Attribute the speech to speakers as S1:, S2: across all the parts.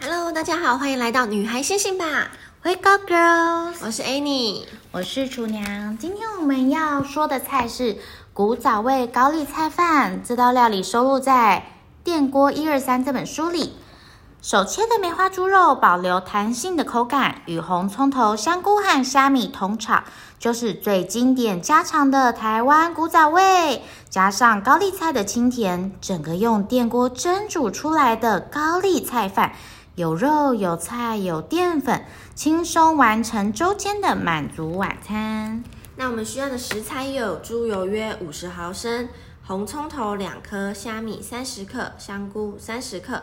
S1: Hello，大家好，欢迎来到女孩星星吧，
S2: We go girls，
S1: 我是 Annie。
S2: 我是厨娘。今天我们要说的菜是古早味高丽菜饭，这道料理收录在《电锅一二三》这本书里。手切的梅花猪肉保留弹性的口感，与红葱头、香菇和虾米同炒，就是最经典家常的台湾古早味。加上高丽菜的清甜，整个用电锅蒸煮出来的高丽菜饭，有肉有菜有淀粉，轻松完成周间的满足晚餐。
S1: 那我们需要的食材有猪油约五十毫升，红葱头两颗，虾米三十克，香菇三十克，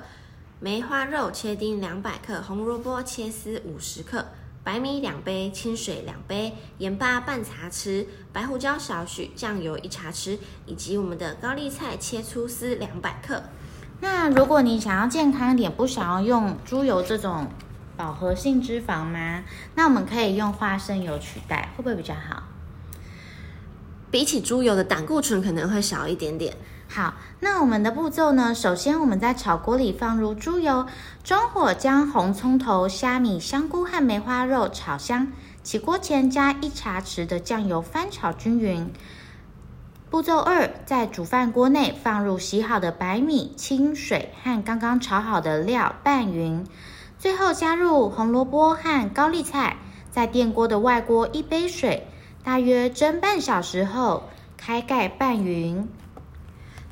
S1: 梅花肉切丁两百克，红萝卜切丝五十克，白米两杯，清水两杯，盐巴半茶匙，白胡椒少许，酱油一茶匙，以及我们的高丽菜切粗丝两百克。
S2: 那如果你想要健康一点，不想要用猪油这种饱和性脂肪吗？那我们可以用花生油取代，会不会比较好？
S1: 比起猪油的胆固醇可能会少一点点。
S2: 好，那我们的步骤呢？首先，我们在炒锅里放入猪油，中火将红葱头、虾米、香菇和梅花肉炒香。起锅前加一茶匙的酱油翻炒均匀。步骤二，在煮饭锅内放入洗好的白米、清水和刚刚炒好的料拌匀，最后加入红萝卜和高丽菜，在电锅的外锅一杯水，大约蒸半小时后开盖拌匀。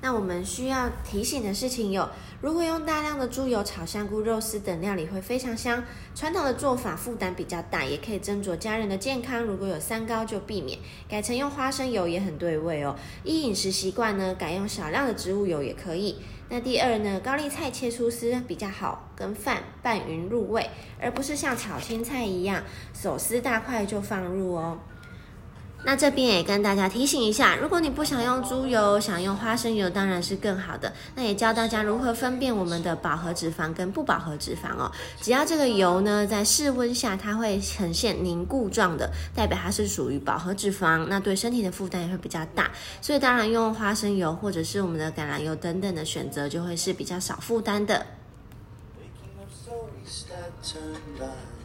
S1: 那我们需要提醒的事情有：如果用大量的猪油炒香菇、肉丝等料理会非常香。传统的做法负担比较大，也可以斟酌家人的健康。如果有三高就避免，改成用花生油也很对味哦。依饮食习惯呢，改用少量的植物油也可以。那第二呢，高丽菜切出丝比较好，跟饭拌匀入味，而不是像炒青菜一样手撕大块就放入哦。那这边也跟大家提醒一下，如果你不想用猪油，想用花生油当然是更好的。那也教大家如何分辨我们的饱和脂肪跟不饱和脂肪哦。只要这个油呢在室温下它会呈现凝固状的，代表它是属于饱和脂肪，那对身体的负担也会比较大。所以当然用花生油或者是我们的橄榄油等等的选择就会是比较少负担的。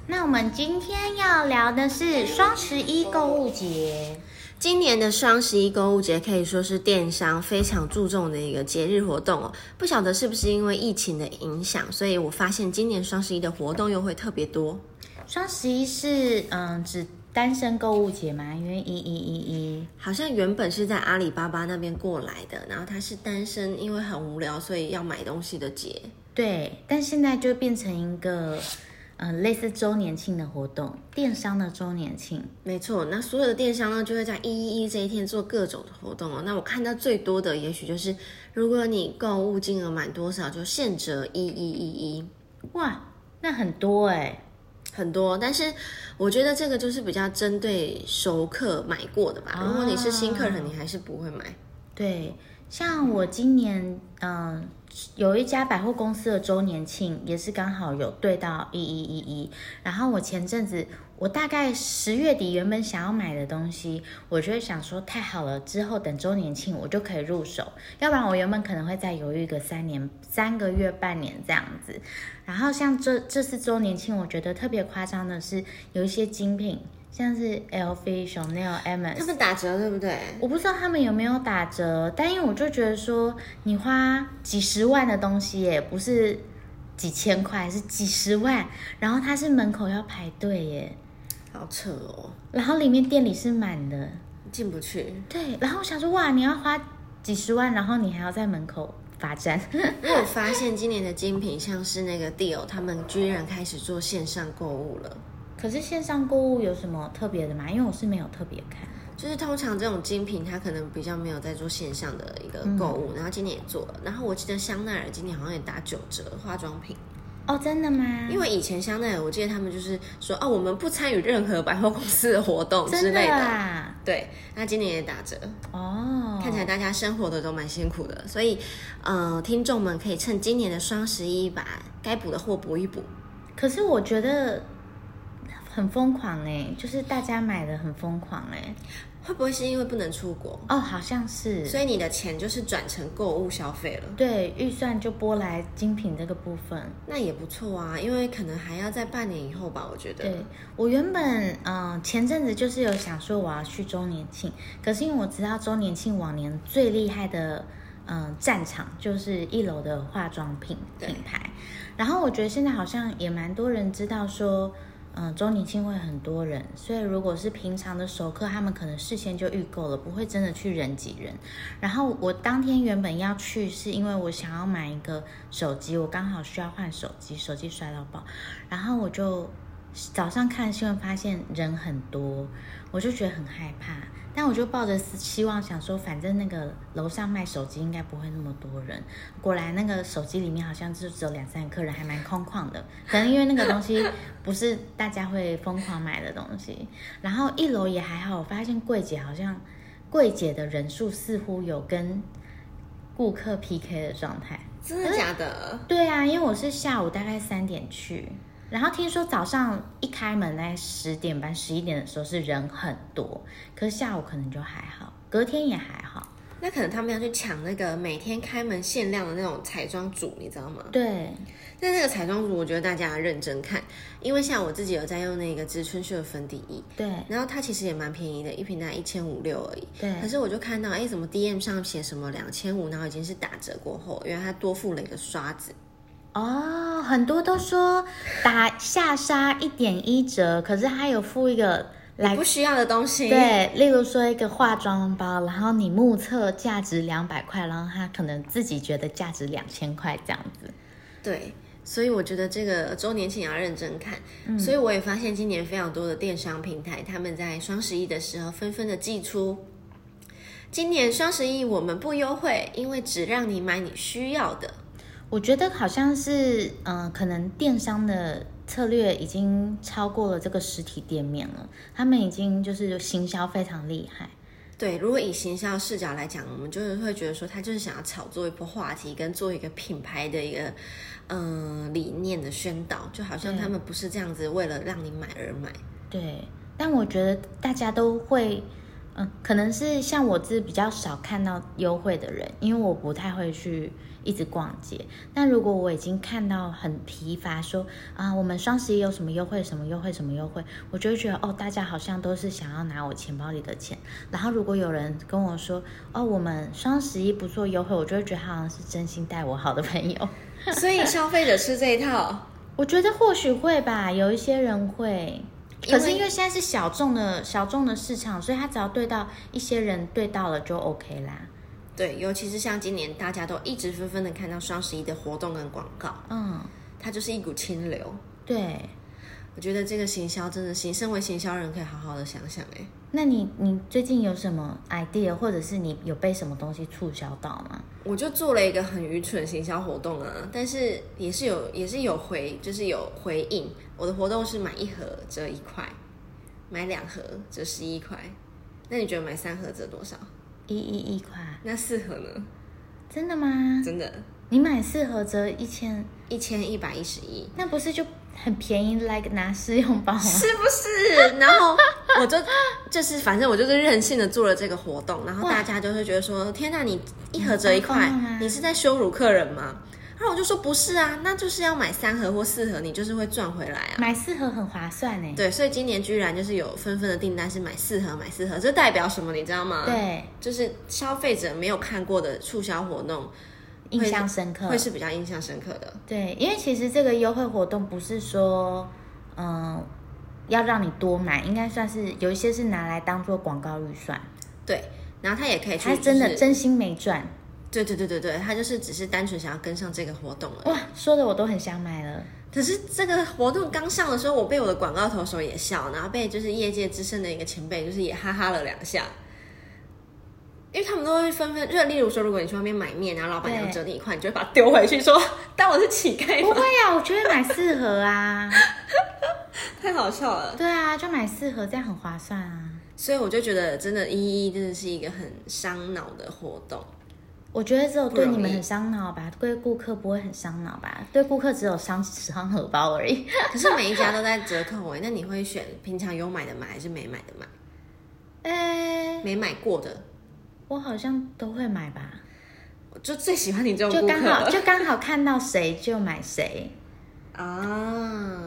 S2: 那我们今天要聊的是双十一购物节。
S1: 今年的双十一购物节可以说是电商非常注重的一个节日活动哦。不晓得是不是因为疫情的影响，所以我发现今年双十一的活动又会特别多。
S2: 双十一是嗯指单身购物节吗？因为一一一一
S1: 好像原本是在阿里巴巴那边过来的，然后他是单身，因为很无聊，所以要买东西的节。
S2: 对，但现在就变成一个嗯、呃类似周年庆的活动，电商的周年庆。
S1: 没错，那所有的电商呢，就会在一一一这一天做各种的活动哦。那我看到最多的，也许就是如果你购物金额满多少，就现折一一一一。
S2: 哇，那很多哎、
S1: 很多，但是我觉得这个就是比较针对熟客买过的吧。
S2: 哦
S1: 如果你是新客人，你还是不会买。
S2: 对，像我今年嗯、呃有一家百货公司的周年庆，也是刚好有对到一一一一。然后我前阵子，我大概十月底原本想要买的东西，我就会想说太好了，之后等周年庆我就可以入手，要不然我原本可能会再犹豫个三年、三个月、半年这样子。然后像这这次周年庆，我觉得特别夸张的是，有一些精品，像是 LV、Chanel、Hermes，
S1: 他们打折对不对？
S2: 我不知道他们有没有打折，但因为我就觉得说，你花几十万的东西耶，不是几千块，是几十万，然后它是门口要排队耶，
S1: 好扯哦，
S2: 然后里面店里是满的，
S1: 进不去。
S2: 对，然后我想说，哇，你要花几十万，然后你还要在门口罚站，
S1: 我有发现今年的精品，像是那个 Dior，他们居然开始做线上购物了。
S2: 可是线上购物有什么特别的吗？因为我是没有特别看。
S1: 就是通常这种精品，它可能比较没有在做线上的一个购物，然后今年也做了。然后我记得香奈儿今年好像也打九折化妆品，
S2: 哦，真的吗？
S1: 因为以前香奈儿，我记得他们就是说，哦，我们不参与任何百货公司的活动之
S2: 真
S1: 类
S2: 的
S1: 的。
S2: 啊，
S1: 对，那今年也打折，
S2: 哦，
S1: 看起来大家生活的都蛮辛苦的，所以，呃，听众们可以趁今年的双十一把该补的货补一补。
S2: 可是我觉得很很疯狂哎，就是大家买的很疯狂哎。
S1: 会不会是因为不能出国，
S2: 哦，好像是，
S1: 所以你的钱就是转成购物消费了？
S2: 对，预算就拨来精品这个部分。
S1: 那也不错啊，因为可能还要在半年以后吧，我觉得。
S2: 对我原本嗯、呃前阵子就是有想说我要去周年庆，可是因为我知道周年庆往年最厉害的嗯、呃战场就是一楼的化妆品
S1: 对
S2: 品牌，然后我觉得现在好像也蛮多人知道说。嗯，周年庆会很多人，所以如果是平常的熟客，他们可能事先就预购了，不会真的去人挤人。然后我当天原本要去，是因为我想要买一个手机，我刚好需要换手机，手机摔到爆，然后我就早上看新闻发现人很多，我就觉得很害怕，但我就抱着希望想说，反正那个楼上卖手机应该不会那么多人。果然，那个手机里面好像就只有两三个人，还蛮空旷的。可能因为那个东西不是大家会疯狂买的东西。然后一楼也还好，我发现柜姐好像柜姐的人数似乎有跟顾客 PK 的状态。
S1: 真的假的？
S2: 对啊，因为我是下午大概三点去，然后听说早上一开门大概十点半、十一点的时候是人很多，可是下午可能就还好，隔天也还好。
S1: 那可能他们要去抢那个每天开门限量的那种彩妆组，你知道吗？
S2: 对，
S1: 但那个彩妆组，我觉得大家要认真看，因为像我自己有在用那个植村秀的粉底液，
S2: 对，
S1: 然后它其实也蛮便宜的，一瓶大概一千五六而已。
S2: 对
S1: 可是我就看到，哎，怎么 DM 上写什么两千五，然后已经是打折过后，原来它多付了一个刷子。
S2: 哦，很多都说打下杀一点一折，可是它有附一个来
S1: 不需要的东西，，
S2: 对，例如说一个化妆包，然后你目测价值两百块，然后他可能自己觉得价值两千块这样子。
S1: 对，所以我觉得这个周年庆也要认真看。所以我也发现今年非常多的电商平台，他们在双十一的时候纷纷的寄出，今年双十一我们不优惠，因为只让你买你需要的。
S2: 我觉得好像是，嗯、可能电商的策略已经超过了这个实体店面了，他们已经就是行销非常厉害。
S1: 对，如果以行销视角来讲，我们就是会觉得说，他就是想要炒作一波话题，跟做一个品牌的一个嗯、呃理念的宣导，就好像他们不是这样子为了让你买而买。
S2: 对，但我觉得大家都会，嗯、可能是像我是比较少看到优惠的人，因为我不太会去一直逛街。但如果我已经看到很疲乏说，啊，我们双十一有什么优惠，什么优惠，什么优惠，我就会觉得哦，大家好像都是想要拿我钱包里的钱。然后如果有人跟我说，哦，我们双十一不做优惠，我就会觉得他好像是真心待我好的朋友。
S1: 所以消费者吃这一套，
S2: 我觉得或许会吧，有一些人会。
S1: 因为
S2: 可是因为现在是小众的小众的市场，所以他只要对到一些人对到了就 OK 啦。
S1: 对，尤其是像今年大家都一直纷纷的看到双十一的活动跟广告，
S2: 嗯，
S1: 它就是一股清流。
S2: 对。
S1: 我觉得这个行销真的行，身为行销人可以好好的想想哎、
S2: 那你你最近有什么 idea，或者是你有被什么东西促销到吗？
S1: 我就做了一个很愚蠢的行销活动啊，但是也是有也是有回，就是有回应。我的活动是买一盒折一块，买两盒折十一块。那你觉得买三盒折多少？
S2: 一一一块，
S1: 那四盒呢？
S2: 真的吗？
S1: 真的，
S2: 你买四盒折一千，
S1: 一千一百一十一，
S2: 那不是就很便宜，like 拿试用包吗？
S1: 是不是？然后我就就是反正我就是任性的做了这个活动，然后大家就会觉得说：天哪，你一盒折一
S2: 你
S1: 块
S2: 好棒啊，
S1: 你是在羞辱客人吗？然后我就说不是啊，那就是要买三盒或四盒，你就是会赚回来啊。
S2: 买四盒很划算欸呢。
S1: 对，所以今年居然就是有纷纷的订单是买四盒，买四盒，这代表什么？你知道吗？，
S2: 对，
S1: 就是消费者没有看过的促销活动，
S2: 印象深刻。
S1: 会是比较印象深刻的。
S2: 对，因为其实这个优惠活动不是说，嗯，要让你多买，应该算是有一些是拿来当做广告预算，
S1: 对，然后他也可以去、
S2: 他真的
S1: 就是
S2: 真心没赚，
S1: 对对对对对，他就是只是单纯想要跟上这个活动而已。
S2: 哇，说的我都很想买了。
S1: 可是这个活动刚上的时候，我被我的广告投手也笑，然后被就是业界资深的一个前辈就是也哈哈了两下。因为他们都会纷纷，就例如说，如果你去外面买面，然后老板娘
S2: 对
S1: 折你一块，你就会把它丢回去说，当我是乞丐
S2: 不
S1: 吗
S2: 会？啊，我就会买四盒啊，
S1: 太好笑了。
S2: 对啊，就买四盒，这样很划算啊。
S1: 所以我就觉得，真的一一真的是一个很伤脑的活动。
S2: 我觉得只有
S1: 不
S2: 对
S1: 容
S2: 你们
S1: 易
S2: 很伤脑吧，对顾客不会很伤脑吧？对顾客只有伤 伤荷包而已。
S1: 可是每一家都在折扣哎、那你会选平常有买的买还是没买的买？
S2: 哎，
S1: 没买过的，
S2: 我好像都会买吧，
S1: 我就最喜欢你这种
S2: 就
S1: 顾
S2: 刚好
S1: 客
S2: 就刚好看到谁就买谁。
S1: 啊。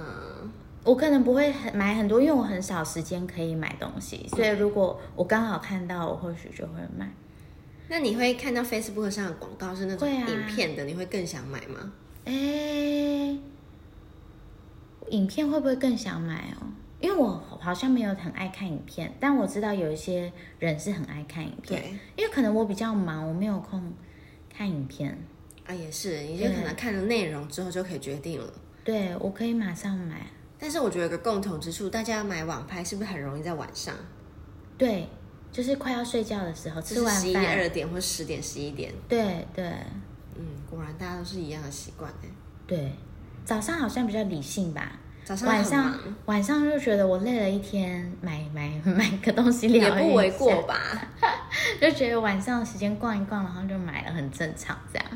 S2: 我可能不会很买很多，因为我很少时间可以买东
S1: 嗯
S2: 西，所以如果我刚好看到，我或许就会买。
S1: 那你会看到 Facebook 上的广告是那种
S2: 会啊
S1: 影片的，你会更想买吗？
S2: 哎，影片会不会更想买哦？因为我好像没有很爱看影片，但我知道有一些人是很爱看影片，
S1: 对
S2: 因为可能我比较忙，我没有空看影片。
S1: 啊，也是，你就可能看了内容之后就可以决定了。
S2: 对，我可以马上买。
S1: 但是我觉得有个共同之处，大家买网拍是不是很容易在晚上，
S2: 对，就是快要睡觉的时候，
S1: 就
S2: 吃
S1: 是
S2: 完
S1: 十一
S2: 饭。
S1: 二点或十点十一点？
S2: 对对
S1: 嗯，果然大家都是一样的习惯哎。
S2: 对，早上好像比较理性吧。
S1: 早上
S2: 晚
S1: 很
S2: 上
S1: 忙
S2: 晚上就觉得我累了一天，买买买个东西
S1: 也
S2: 疗愈
S1: 不为
S2: 一下
S1: 过吧？
S2: 就觉得晚上时间逛一逛，然后就买了，很正常这样。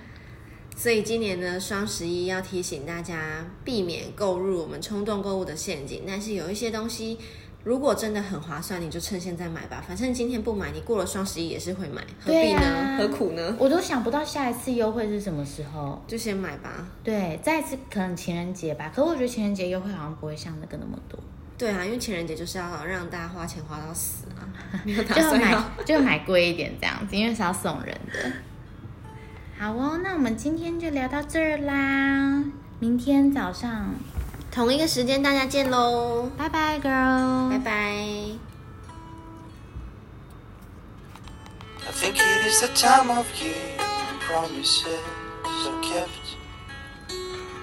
S1: 所以今年呢，双十一要提醒大家避免购入我们冲动购物的陷阱。但是有一些东西，如果真的很划算，你就趁现在买吧。反正今天不买，你过了双十一也是会买，何必
S2: 对
S1: 呢？
S2: 啊
S1: 何苦呢？
S2: 我都想不到下一次优惠是什么时候。
S1: 就先买吧。
S2: 对，再一次可能情人节吧，可我觉得情人节优惠好像不会像那个那么 多，
S1: 对啊，因为情人节就是要让大家花钱花到死啊，没有打
S2: 就
S1: 算要。
S2: 买 就买贵一点这样子，因为是要送人的。 好哦，那我们今天就聊到这儿啦，明天早上，
S1: 同一个时间大家见喽，
S2: 拜拜，girl，
S1: 拜拜。
S3: I think it is the time of year when promises are kept.